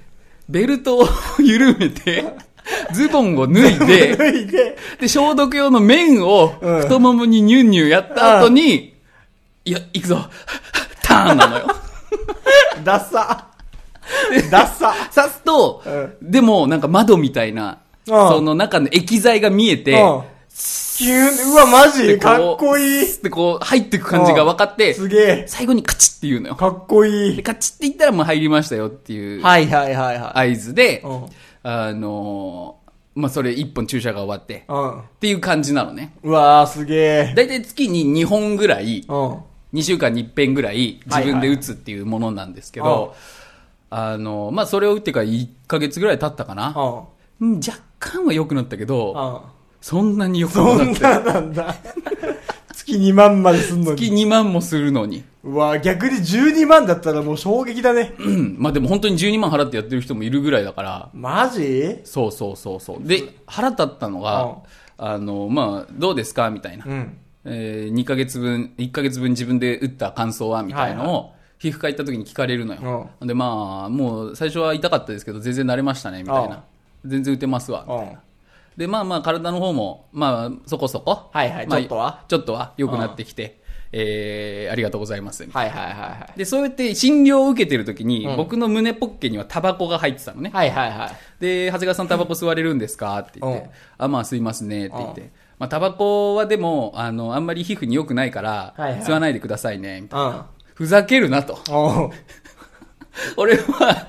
Speaker 1: ベルトを緩めて、 ズボンを脱いで、
Speaker 2: 脱いで、
Speaker 1: で、消毒用の綿を
Speaker 2: うん
Speaker 1: 太ももにニュンニュンやった後に、いや、行くぞ、ターンなのよ。
Speaker 2: ダッサ。ダッサ。
Speaker 1: 刺すと、でもなんか窓みたいな、
Speaker 2: うん
Speaker 1: その中の液剤が見えて、
Speaker 2: うん。キュン、うわ、マジかっこいい。
Speaker 1: でこう入ってく感じが分かって、
Speaker 2: すげえ。
Speaker 1: 最後にカチッって言うのよ。
Speaker 2: かっこい
Speaker 1: で
Speaker 2: い。
Speaker 1: カチッって言ったらもう入りましたよっていう
Speaker 2: はいはいはいはい。
Speaker 1: 合図で、
Speaker 2: うん
Speaker 1: あのーまあ、それ一本注射が終わって、っ
Speaker 2: うん。
Speaker 1: ていう感じなのね。
Speaker 2: うわー、すげえ。
Speaker 1: だいたい月に2本ぐらい、
Speaker 2: うん。
Speaker 1: 2週間に1遍ぐらい自分
Speaker 2: はい
Speaker 1: で
Speaker 2: は
Speaker 1: 打つっていうものなんですけど、あのーまあ、それを打ってから1ヶ月ぐらい経ったかな。
Speaker 2: うん。
Speaker 1: うん若干は良くなったけど、
Speaker 2: うん。
Speaker 1: そんなに良く
Speaker 2: そ
Speaker 1: なか
Speaker 2: ん
Speaker 1: ったよ。
Speaker 2: ななん だ。月2万まですんの
Speaker 1: 月
Speaker 2: に。
Speaker 1: 2万もするのに。
Speaker 2: うわ逆に12万だったらもう衝撃だね。
Speaker 1: うん。まあでも本当に12万払ってやってる人もいるぐらいだから、
Speaker 2: マジ
Speaker 1: そうそうそうそう。で、腹立ったのが、
Speaker 2: うん
Speaker 1: あの、まあ、どうですかみたいな。
Speaker 2: うん。
Speaker 1: えー、2ヶ月分、1ヶ月分自分で打った感想はみたいのを、皮膚科行った時に聞かれるのよ。で、まあ、もう最初は痛かったですけど、全然慣れましたね、みたいな。全然打てますわ。
Speaker 2: うん。
Speaker 1: で、まあまあ、体の方も、まあ、そこそこ。
Speaker 2: はいはい
Speaker 1: まあ
Speaker 2: ちょっとは
Speaker 1: ちょっとは、良くなってきて、えー、ありがとうございます。
Speaker 2: はいはいはいはい。
Speaker 1: で、そうやって診療を受けてる時に、
Speaker 2: うん
Speaker 1: 僕の胸ポッケにはタバコが入ってたのね。
Speaker 2: はいはいはい。
Speaker 1: で、長谷川さんタバコ吸われるんですかって言って、
Speaker 2: うん
Speaker 1: あ、まあ吸いますねって言って、
Speaker 2: う
Speaker 1: まあタバコはでも、あの、あんまり皮膚に良くないから、
Speaker 2: はいはい
Speaker 1: 吸わないでくださいね、みたいな
Speaker 2: うん。
Speaker 1: ふざけるなと。
Speaker 2: おう
Speaker 1: 俺は、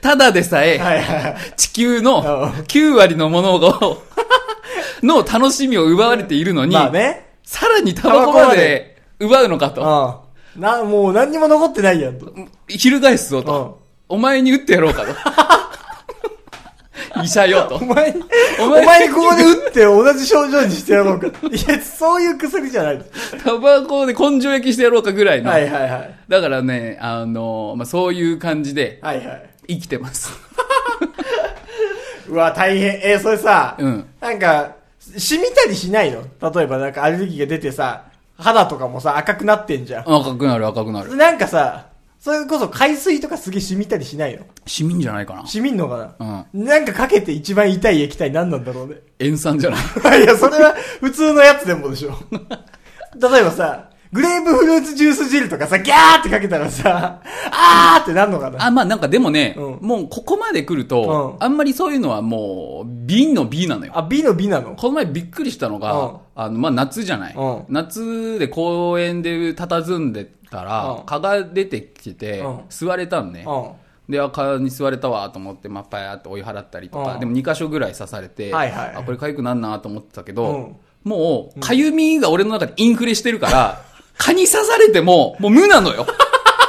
Speaker 1: ただでさえ、
Speaker 2: はい はいはい。
Speaker 1: 地球の
Speaker 2: うん
Speaker 1: 9割のものを、 の楽しみを奪われているのに、
Speaker 2: まあね。
Speaker 1: さらにタバコまで奪うのかと。
Speaker 2: うん。な、もう何にも残ってないやんと。
Speaker 1: 翻すぞと。
Speaker 2: う
Speaker 1: お前に打ってやろうか と。医者よと
Speaker 2: ん。お。前、
Speaker 1: お
Speaker 2: お
Speaker 1: 前
Speaker 2: 前ここで打って同じ症状にしてやろうか。 いや、そういう薬じゃない。
Speaker 1: タバコで根性焼きしてやろうかぐらいの。
Speaker 2: はいはいはい。
Speaker 1: だからね、あの、まあ、そういう感じで
Speaker 2: はいはい。
Speaker 1: 生き てます。
Speaker 2: うわ、大変。えーそれさ、
Speaker 1: うん
Speaker 2: なんか、染みたりしないの例えばなんかアレルギーが出てさ、肌とかもさ、赤くなってんじゃん。
Speaker 1: 赤くなる赤くなる。
Speaker 2: なんかさ、それこそ海水とかすげえ染みたりしないの
Speaker 1: 市民じゃないか
Speaker 2: 染みんのか
Speaker 1: な。うん
Speaker 2: な、。なんかかけて一番痛い液体何なんだろうね。
Speaker 1: 塩酸じゃな い。
Speaker 2: いや、それは普通のやつでもでしょ。例えばさ、グレープフルーツジュース汁とかさ、ギャーってかけたらさ、あーってなんのかな
Speaker 1: あ、まあなんかでもね、
Speaker 2: うん
Speaker 1: もうここまで来ると、
Speaker 2: うん
Speaker 1: あんまりそういうのはもう、瓶の B なのよ。
Speaker 2: あ、美の美なの
Speaker 1: この前びっくりしたのが、
Speaker 2: うん
Speaker 1: あの、まあ、夏じゃない、
Speaker 2: うん
Speaker 1: 夏で公園で佇んでたら、
Speaker 2: うん
Speaker 1: 蚊が出てきて、
Speaker 2: うん
Speaker 1: 吸われたんね、
Speaker 2: うん。
Speaker 1: で、あ、蚊に吸われたわと思って、まあ、パヤーって追い払ったりとか、
Speaker 2: うん
Speaker 1: でも2箇所ぐらい刺されて、
Speaker 2: はいはい
Speaker 1: あ、これ痒くなんなと思ってたけど、
Speaker 2: うん
Speaker 1: もう、痒みが俺の中でインフレして るから、蚊に刺されても、もう無なのよ。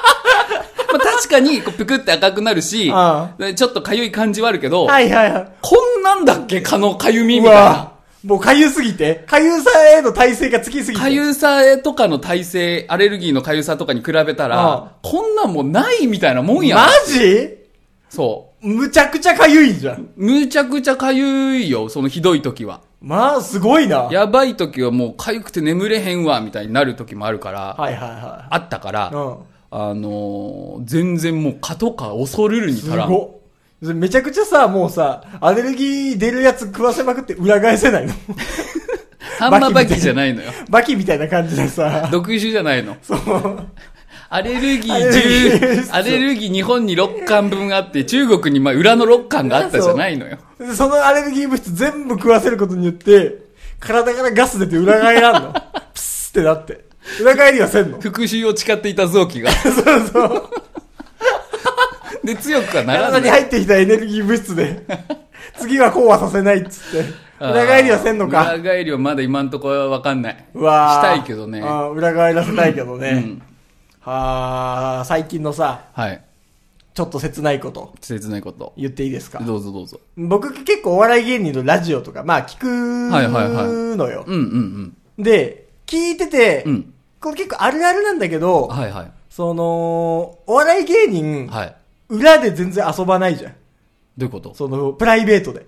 Speaker 1: まあ、確かに、こう、ぷくって赤くなるし、
Speaker 2: う
Speaker 1: でちょっと痒い感じはあるけど、
Speaker 2: はいはいはい。
Speaker 1: こんなんだっけ蚊の痒み
Speaker 2: う
Speaker 1: みたいな。
Speaker 2: わもうかゆすぎて、かゆさへの耐性がつきすぎて。
Speaker 1: かゆさとかの耐性、アレルギーのかゆさとかに比べたら、こんなんもうないみたいなもんやん。
Speaker 2: マジ
Speaker 1: そ
Speaker 2: むちゃくちゃかゆいじゃん。
Speaker 1: う。むちゃくちゃかゆいよ、そのひどい時は。
Speaker 2: まあ、すごいな。はい
Speaker 1: やばい時はもうかゆくて眠れへんわ、みたいになる時もあるから、
Speaker 2: はいは
Speaker 1: あったから、
Speaker 2: い。うん。
Speaker 1: あのー全然もう蚊とか恐るるに
Speaker 2: す
Speaker 1: 足らん。
Speaker 2: ごっめちゃくちゃさ、もうさ、アレルギー出るやつ食わせまくって裏返せないの。
Speaker 1: ハンマーバキじゃないのよ。
Speaker 2: バキみたいな感じでさ。
Speaker 1: 毒種じゃないの。
Speaker 2: そう。
Speaker 1: アレルギ
Speaker 2: ア
Speaker 1: ー
Speaker 2: レルギ ー
Speaker 1: 10、アレルギー日本に6巻分あって、中国にまあ裏の6巻があったじゃないのよ。
Speaker 2: でそのアレルギー物質全部食わせることによって、体からガス出て裏返らん の。プスってなって。裏返りはせんの。
Speaker 1: 復讐を誓っていた 臓器が。
Speaker 2: そうそう。
Speaker 1: で、強くはならな
Speaker 2: 体
Speaker 1: い。
Speaker 2: に入ってきたエネルギー物質 で、次はこうはさせないっつって。裏返りはせんの
Speaker 1: あー
Speaker 2: か。
Speaker 1: 裏返りはまだ今んとこはわかんない。
Speaker 2: うわー
Speaker 1: したいけどね
Speaker 2: あー裏返らせたいけどね。
Speaker 1: うん。
Speaker 2: はあ、最近のさ、
Speaker 1: はい。
Speaker 2: ちょっと切ないこと
Speaker 1: 切ないこと。
Speaker 2: 言っていいですか
Speaker 1: どうぞどうぞ。
Speaker 2: 僕結構お笑い芸人のラジオとか、まあ聞く
Speaker 1: はいはいは
Speaker 2: のよ。
Speaker 1: うんうん
Speaker 2: で、聞いてて、
Speaker 1: うん。うん。
Speaker 2: これ結構あるあるなんだけど、
Speaker 1: はいはい。
Speaker 2: その、お笑い芸人、
Speaker 1: はい。
Speaker 2: 裏で全然遊ばないじゃん。
Speaker 1: どういうこと
Speaker 2: その、プライベートで。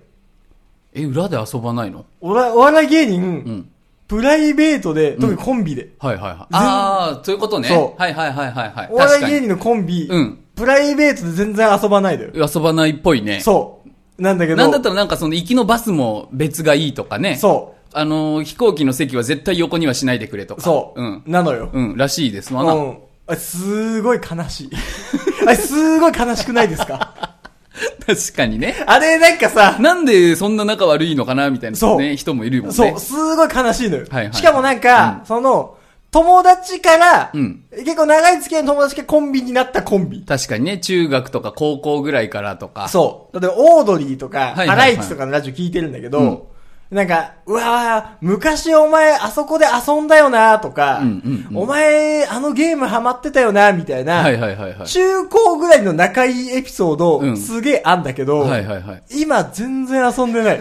Speaker 1: え、裏で遊ばないの
Speaker 2: おらお笑い芸人、
Speaker 1: うん。
Speaker 2: プライベートで、特にコンビで。
Speaker 1: はいはいはい。ああ、そういうことね。
Speaker 2: そう
Speaker 1: はいはいはいはいはい。
Speaker 2: お笑い
Speaker 1: 確か
Speaker 2: 芸
Speaker 1: に
Speaker 2: 人のコンビ、
Speaker 1: うん
Speaker 2: プライベートで全然遊ばないだよ。
Speaker 1: 遊ばないっぽいね。
Speaker 2: そう。なんだけど、
Speaker 1: なんだったらなんかその行きのバスも別がいいとかね。
Speaker 2: そ
Speaker 1: あのー、飛行機の席は絶対横にはしないでくれと
Speaker 2: う、
Speaker 1: か。
Speaker 2: そう、
Speaker 1: うん。
Speaker 2: なのよ。
Speaker 1: うん、らしいですわな。
Speaker 2: うん。あすごい悲しい。 あれ、すごい悲しくないですか
Speaker 1: 確かにね。
Speaker 2: あれ、なんかさ、
Speaker 1: なんでそんな仲悪いのかなみたいな、
Speaker 2: そう
Speaker 1: ね、人もいるもんね。
Speaker 2: そう、すごい悲しいのよ。
Speaker 1: はいはい
Speaker 2: しかもなんか、
Speaker 1: うん
Speaker 2: その、友達から、
Speaker 1: うん
Speaker 2: 結構長い付き合いの友達がコンビになったコンビ。
Speaker 1: 確かにね、中学とか高校ぐらいからとか。
Speaker 2: そう。例えば、オードリーとか、
Speaker 1: はいはいはい
Speaker 2: ハライチとかのラジオ聞いてるんだけど、なんか、うわぁ、昔お前あそこで遊んだよなとか、
Speaker 1: うんうんうん
Speaker 2: お前あのゲームハマってたよなみたいな、
Speaker 1: はいはいはいはい。
Speaker 2: 中高ぐらいの仲いいエピソード、
Speaker 1: うん
Speaker 2: すげえあんだけど、
Speaker 1: はいはいはい。
Speaker 2: 今全然遊んで ない。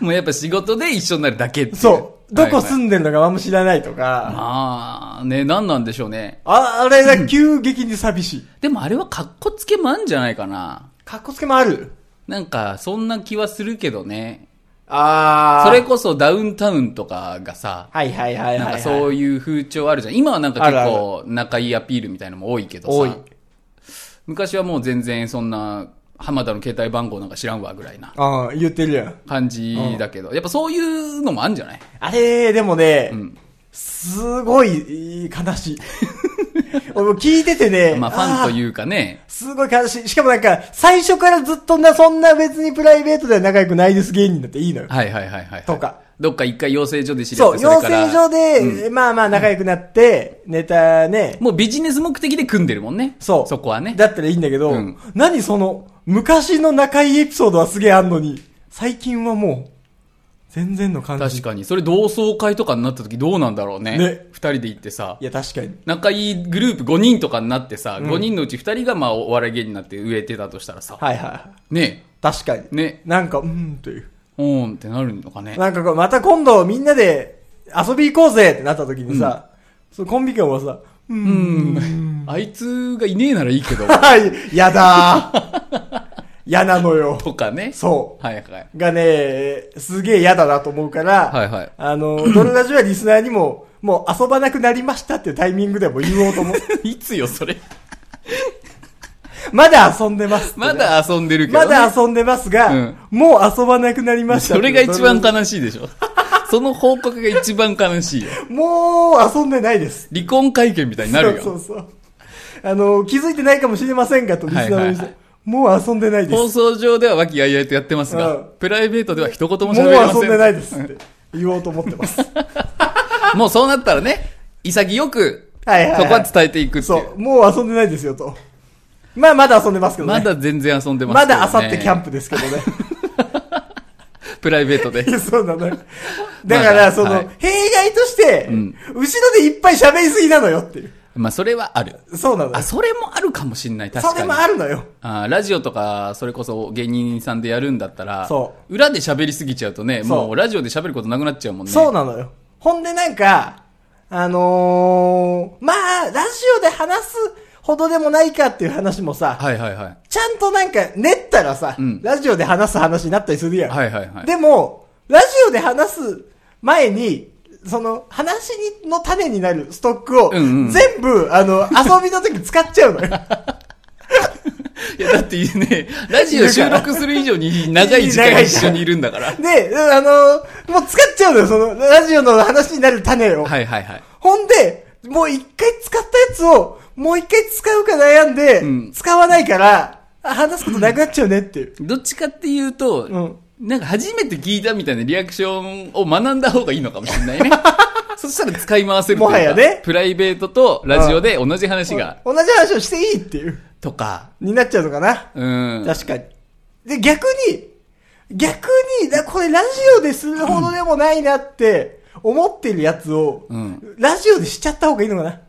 Speaker 1: もうやっぱ仕事で一緒になるだけってい
Speaker 2: そう。どこ住
Speaker 1: ん
Speaker 2: んでるのかあんま知らないとか、
Speaker 1: まあ、ね、何なんでしょうね。
Speaker 2: あ、あれが急激に寂しい。
Speaker 1: でもあれは格好つけもあんじゃないかな。
Speaker 2: かっこつけもある
Speaker 1: なんか、そんな気はするけどね。
Speaker 2: あ
Speaker 1: それ
Speaker 2: こ
Speaker 1: こそダウンタウンとかがさ、
Speaker 2: はいはいはいはい、はい。
Speaker 1: なんかそういう風潮あるじゃん。今はなんか結
Speaker 2: あ
Speaker 1: 構仲いいアピールみたいなのも多いけどさ。
Speaker 2: 多い。
Speaker 1: 昔はもう全然そんな、浜田の携帯番号なんか知らんわぐらいな
Speaker 2: ああ、言ってるやん。
Speaker 1: 感じだけど、やっぱそういうのもあんじゃない
Speaker 2: あれ、でもね、
Speaker 1: ん
Speaker 2: すごい悲しい。俺も聞いててね、
Speaker 1: まあファンと
Speaker 2: う。
Speaker 1: いうかね。
Speaker 2: すごい悲しい。しかもなんか、最初からずっとな、そんな別にプライベートでは仲良くないです芸人だっていいのよ。
Speaker 1: はいはいはいはい。
Speaker 2: とか。
Speaker 1: どっか一回養成所で知り合っ
Speaker 2: そ
Speaker 1: て
Speaker 2: う、
Speaker 1: それ
Speaker 2: 養
Speaker 1: から
Speaker 2: 成所で、まあまあ仲良くなって、ネタね、
Speaker 1: もうビジネス目的で組んでるもんね。
Speaker 2: そう。
Speaker 1: そこはね。
Speaker 2: だったらいいんだけど、
Speaker 1: うん
Speaker 2: 何その、昔の仲いいエピソードはすげえあんのに、最近はもう、全然の感じ。
Speaker 1: 確かに。それ同窓会とかになった時どうなんだろうね。
Speaker 2: ね
Speaker 1: 二人で行ってさ
Speaker 2: い。や、確かに。
Speaker 1: 仲いいグループ5人とかになってさ、5人のうち2人がまあお笑い芸人になって植えてたとしたらさ、
Speaker 2: はいはい。
Speaker 1: ね
Speaker 2: 確かに。
Speaker 1: ね
Speaker 2: なんか、うーん、という。
Speaker 1: え、おーんってなるのかね。
Speaker 2: なんかこう、また今度みんなで遊び行こうぜってなった時にさ、そのコンビ間はさ、うー、、
Speaker 1: うんん。あいつがいねえならいいけ ど
Speaker 2: はい、 やだー。 やなのよ。
Speaker 1: とかね。
Speaker 2: そ
Speaker 1: はいはい。
Speaker 2: う。がね、すげえやだなと思うから、
Speaker 1: はいはい。
Speaker 2: あの、ドルラジはリスナーにも、もう遊ばなくなりましたっていうタイミングでも言おうと 思う。
Speaker 1: いつよ、 それ。
Speaker 2: まだ遊んでますってね、
Speaker 1: まだ遊んでるけど、
Speaker 2: ま
Speaker 1: ね。
Speaker 2: だ遊んでますが、
Speaker 1: うん
Speaker 2: もう遊ばなくなりましたっ
Speaker 1: そ
Speaker 2: てい
Speaker 1: れ
Speaker 2: う。
Speaker 1: が一番悲しいでしょ。その報告が一番悲しいよ。
Speaker 2: もう遊んでないです。
Speaker 1: 離婚会見みたいになるよ。
Speaker 2: そうそうそう。あの、気づいてないかもしれませんがと、リスナーの皆さん
Speaker 1: はいはいはい
Speaker 2: もう遊んでないです。
Speaker 1: 放送上では和気あいあいとやってますが、
Speaker 2: うん
Speaker 1: プライベートでは一言も
Speaker 2: もう
Speaker 1: 喋れません。
Speaker 2: 遊んでないですって言おうと思って ます。
Speaker 1: もうそうなったらね、潔く、
Speaker 2: はいはいはい
Speaker 1: そこは伝えていくっていう。
Speaker 2: そう、もう遊んでないですよと。まあ、まだ遊んでますけどね。
Speaker 1: まだ全然遊んでます
Speaker 2: ま
Speaker 1: けどね
Speaker 2: だあさってキャンプですけどね。
Speaker 1: プライベートで
Speaker 2: い。や そうなのよ。だから、
Speaker 1: まだ
Speaker 2: その、
Speaker 1: はい
Speaker 2: 弊害として、後ろでいっぱい喋りすぎなのよっていう。
Speaker 1: まあ、それはある。
Speaker 2: そうなのよ
Speaker 1: あ、。それもあるかもしんない、確か
Speaker 2: そ
Speaker 1: に。
Speaker 2: れもあるのよ。
Speaker 1: あーラジオとか、それこそ芸人さんでやるんだったら、
Speaker 2: そ
Speaker 1: 裏で喋りすぎちゃうとね、
Speaker 2: そう
Speaker 1: もうラジオで喋ることなくなっちゃうもんね。
Speaker 2: そうなのよ。ほんでなんか、あのー、まあ、ラジオで話すほどでもないかっていう話もさ、
Speaker 1: はいはいはい。
Speaker 2: ちゃんとなんか練ったらさ、
Speaker 1: うん
Speaker 2: ラジオで話す話になったりするやん。
Speaker 1: はいはいはい。
Speaker 2: でも、ラジオで話す前に、その、話の種になるストックを、
Speaker 1: うんうん
Speaker 2: 全部、あの、遊びの時使っちゃうのよ。
Speaker 1: いや、だってね、ラジオ収録する以上に長い時間一緒にいるんだから。
Speaker 2: で、うんあの、もう使っちゃうのよ、その、ラジオの話になる種を。
Speaker 1: はいはいはい。
Speaker 2: ほんで、もう一回使ったやつを、もう一回使うか悩んで、
Speaker 1: うん
Speaker 2: 使わないから、あ話すことなくなっちゃうねっていう。
Speaker 1: どっちかっていうと、
Speaker 2: うん
Speaker 1: なんか初めて聞いたみたいなリアクションを学んだ方がいいのかもしれな いね。そしたら使い回せるというか
Speaker 2: もはやね
Speaker 1: プライベートとラジオで同じ話が、
Speaker 2: 同じ話をしていいっていう、
Speaker 1: とか、
Speaker 2: になっちゃうのかな。
Speaker 1: うん。
Speaker 2: 確かに。で、逆に、逆に、だこれラジオでするほどでもないなって思ってるやつを、
Speaker 1: うん
Speaker 2: ラジオでしちゃった方がいいのかな。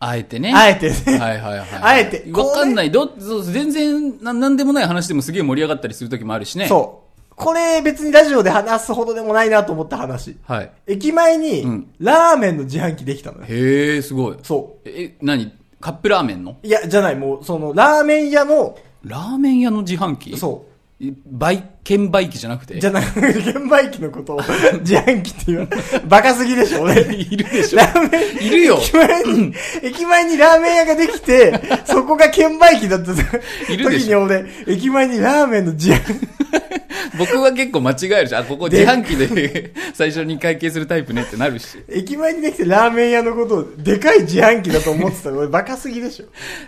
Speaker 1: あえてね。
Speaker 2: あえてね。
Speaker 1: はいはいはい。
Speaker 2: あえて
Speaker 1: わかんない。ど、そう全然、な、なんでもない話でもすげえ盛り上がったりする時もあるしね。
Speaker 2: そう。これ別にラジオで話すほどでもないなと思った話。
Speaker 1: はい。
Speaker 2: 駅前
Speaker 1: う
Speaker 2: に
Speaker 1: ん、
Speaker 2: ラーメンの自販機できたのよ。
Speaker 1: へえ、すごい。
Speaker 2: そ
Speaker 1: え、何カップラーメンの
Speaker 2: う。いや、じゃない、もう、その、ラーメン屋の、
Speaker 1: ラーメン屋の自販機う。
Speaker 2: そ
Speaker 1: 売、券売機じゃなくて
Speaker 2: う、じゃない、券売機のことを、自販機っていう、バカすぎでしょ、俺。
Speaker 1: いるでしょ
Speaker 2: ラーメン、
Speaker 1: いるよ
Speaker 2: 駅前に、駅前にラーメン屋ができて、そこが券売機だった
Speaker 1: いるでしょ
Speaker 2: 時に俺、駅前にラーメンの自販
Speaker 1: 僕は結構間違えるし、あ、ここ自販機で 最初に会計するタイプねってなるし。
Speaker 2: 駅前にできてラーメン屋のことを、でかい自販機だと思ってたの俺、バカすぎでしょ。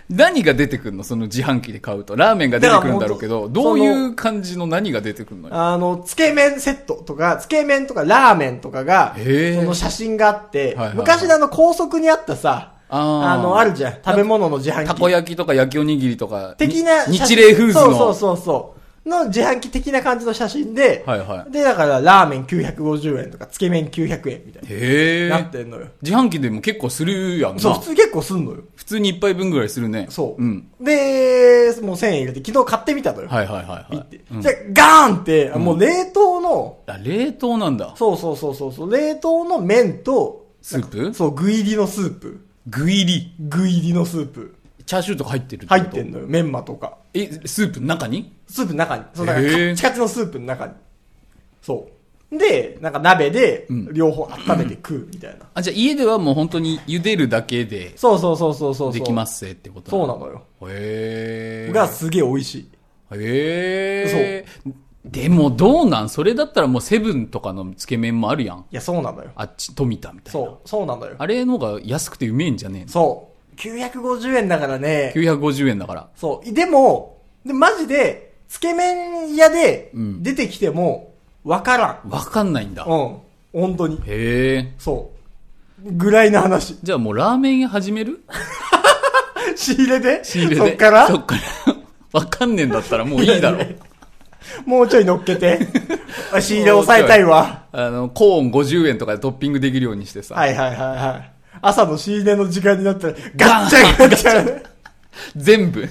Speaker 1: 何が出てくるのその自販機で買うと。ラーメンが出てくるんだろうけど、
Speaker 2: だから
Speaker 1: ど
Speaker 2: もう
Speaker 1: ういう感じの何が出てくるのよ。
Speaker 2: あの、つけ麺セットとか、つけ麺とかラーメンとかが、
Speaker 1: へー
Speaker 2: その写真があって、
Speaker 1: はいはい
Speaker 2: 昔のあの高速にあったさ、
Speaker 1: あー
Speaker 2: あの、あるじゃん。食べ物の自販
Speaker 1: たこ
Speaker 2: 機。
Speaker 1: 焼きとか焼きおにぎりとか、
Speaker 2: 的な
Speaker 1: に
Speaker 2: 写真
Speaker 1: 日霊フーズの。
Speaker 2: そうそうそうそう。の自販機的な感じの写真で、
Speaker 1: はいはい
Speaker 2: で、だからラーメン950円とか、つけ麺900円みたい
Speaker 1: へ
Speaker 2: になっ
Speaker 1: え。
Speaker 2: てんのよ。
Speaker 1: 自販機でも結構するやんな。
Speaker 2: そう、普通結構すんのよ。
Speaker 1: 普通に一杯分ぐらいするね。
Speaker 2: そう。
Speaker 1: うん。
Speaker 2: で、もう1000円入れて、昨日買ってみたのよ。
Speaker 1: はいはいはい、
Speaker 2: ピ
Speaker 1: は
Speaker 2: ッ
Speaker 1: い
Speaker 2: て。
Speaker 1: うん
Speaker 2: じゃ、ガーンって、もう冷凍の、
Speaker 1: あ、冷凍なんだ。
Speaker 2: そうそうそうそうそう、冷凍の麺と、
Speaker 1: スープ
Speaker 2: そう、具入りのスープ。
Speaker 1: 具入り。
Speaker 2: 具入りのスープ。
Speaker 1: チャーシューとか入ってるってこと
Speaker 2: 入ってんのよ。メンマとか。
Speaker 1: え、スープの中に
Speaker 2: スープの中に。そう、だから、カ
Speaker 1: へー
Speaker 2: ッチカチのスープの中に。そう。で、なんか鍋で
Speaker 1: う、ん
Speaker 2: 両方温めて食うみたいな。
Speaker 1: あ、じゃあ家ではもう本当に茹でるだけで
Speaker 2: そうそうそうそうそう。。
Speaker 1: できますすぜってこと
Speaker 2: そうな
Speaker 1: の
Speaker 2: のよ。
Speaker 1: へえ。
Speaker 2: がすげえ美味しい。
Speaker 1: へえ。そう。でもどうなんそれだったらもうセブンとかのつけ麺もあるやん。
Speaker 2: いや、そうなのよ。
Speaker 1: あっち、富田みたいな。
Speaker 2: そう、そうなのよ。
Speaker 1: あれの方が安くてうめえんじゃねえの
Speaker 2: そう。950円だからね。
Speaker 1: 950円だから。
Speaker 2: そう。でも、で、マジで、つけ麺屋で
Speaker 1: うん
Speaker 2: 出てきても、わからん。
Speaker 1: わかんないんだ。
Speaker 2: うん。本当に。
Speaker 1: へえ。
Speaker 2: そう。ぐらいの話。
Speaker 1: じゃあもうラーメン屋始める
Speaker 2: 仕入れで
Speaker 1: 仕入れで。
Speaker 2: そっから
Speaker 1: そっから。 わかんねえんだったらもういいだろ。
Speaker 2: もうちょい乗っけ て。あ仕入れ抑えたいわ。
Speaker 1: あの、コーン50円とかでトッピングできるようにしてさ。
Speaker 2: はいはいはいはい。朝の仕入れの時間になったら、ガッチャンガッチャ
Speaker 1: 全部。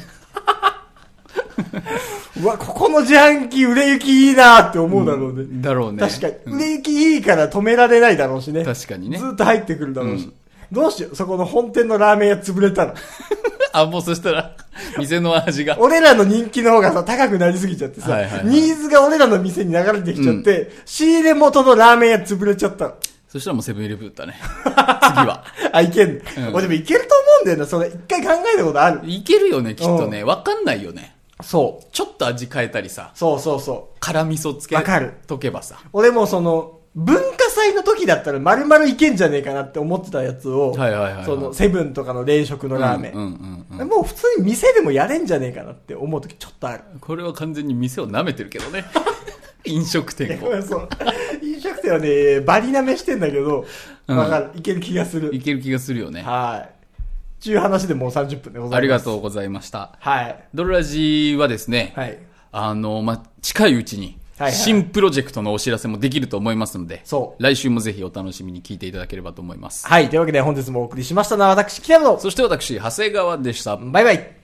Speaker 2: ン。うわ、ここの自販機売れ行きいいなって思うだろうね。
Speaker 1: だろうね。
Speaker 2: 確かに、
Speaker 1: う
Speaker 2: 売
Speaker 1: ん
Speaker 2: れ行きいいから止められないだろうしね。
Speaker 1: 確かにね
Speaker 2: ず。っと入ってくるだろうし。
Speaker 1: うん
Speaker 2: どうしよう、そこの本店のラーメン屋潰れたら。
Speaker 1: あ、もうそしたら、店の味が。
Speaker 2: 俺らの人気の方がさ、高くなりすぎちゃってさ、
Speaker 1: はいはいはい
Speaker 2: ニーズが俺らの店に流れてきちゃって、仕入れ元のラーメン屋潰れちゃった。
Speaker 1: そしたらもうセブンイレブンだね。次 は。
Speaker 2: あ、いけん。
Speaker 1: うん
Speaker 2: 俺でもいけると思うんだよな、それ。一回考えたことある。
Speaker 1: いけるよね、きっとね。わかんないよね。
Speaker 2: そう。
Speaker 1: ちょっと味変えたりさ。
Speaker 2: そうそうそう。
Speaker 1: 辛味噌つけ、
Speaker 2: わかる
Speaker 1: 溶けばさ。
Speaker 2: 俺もその、文化祭の時だったら丸々いけんじゃねえかなって思ってたやつを、
Speaker 1: はいはいはいはい
Speaker 2: その、セブンとかの冷食のラーメン。
Speaker 1: うんうんうん
Speaker 2: もう普通に店でもやれんじゃねえかなって思う時ちょっとある。
Speaker 1: うん。これは完全に店を舐めてる けどね。飲食店を。
Speaker 2: そう。飲食店はね、バリ舐めしてんだけど、
Speaker 1: うん
Speaker 2: わかる。いける気がする。
Speaker 1: いける気がするよね。
Speaker 2: はい。ちゅう話でもう30分でございます。
Speaker 1: ありがと
Speaker 2: う。
Speaker 1: うございました。
Speaker 2: はい。
Speaker 1: ドロラジはですね、
Speaker 2: はい。
Speaker 1: あの、まあ、近いうちに
Speaker 2: はいは、い
Speaker 1: 新プロジェクトのお知らせもできると思いますので、
Speaker 2: そ
Speaker 1: 来週もぜひお楽しみに聞いていただければと思います。
Speaker 2: はい。というわけで本日もお送りしましたのは私、北山と、
Speaker 1: そして私、長谷川でした。
Speaker 2: バイバイ。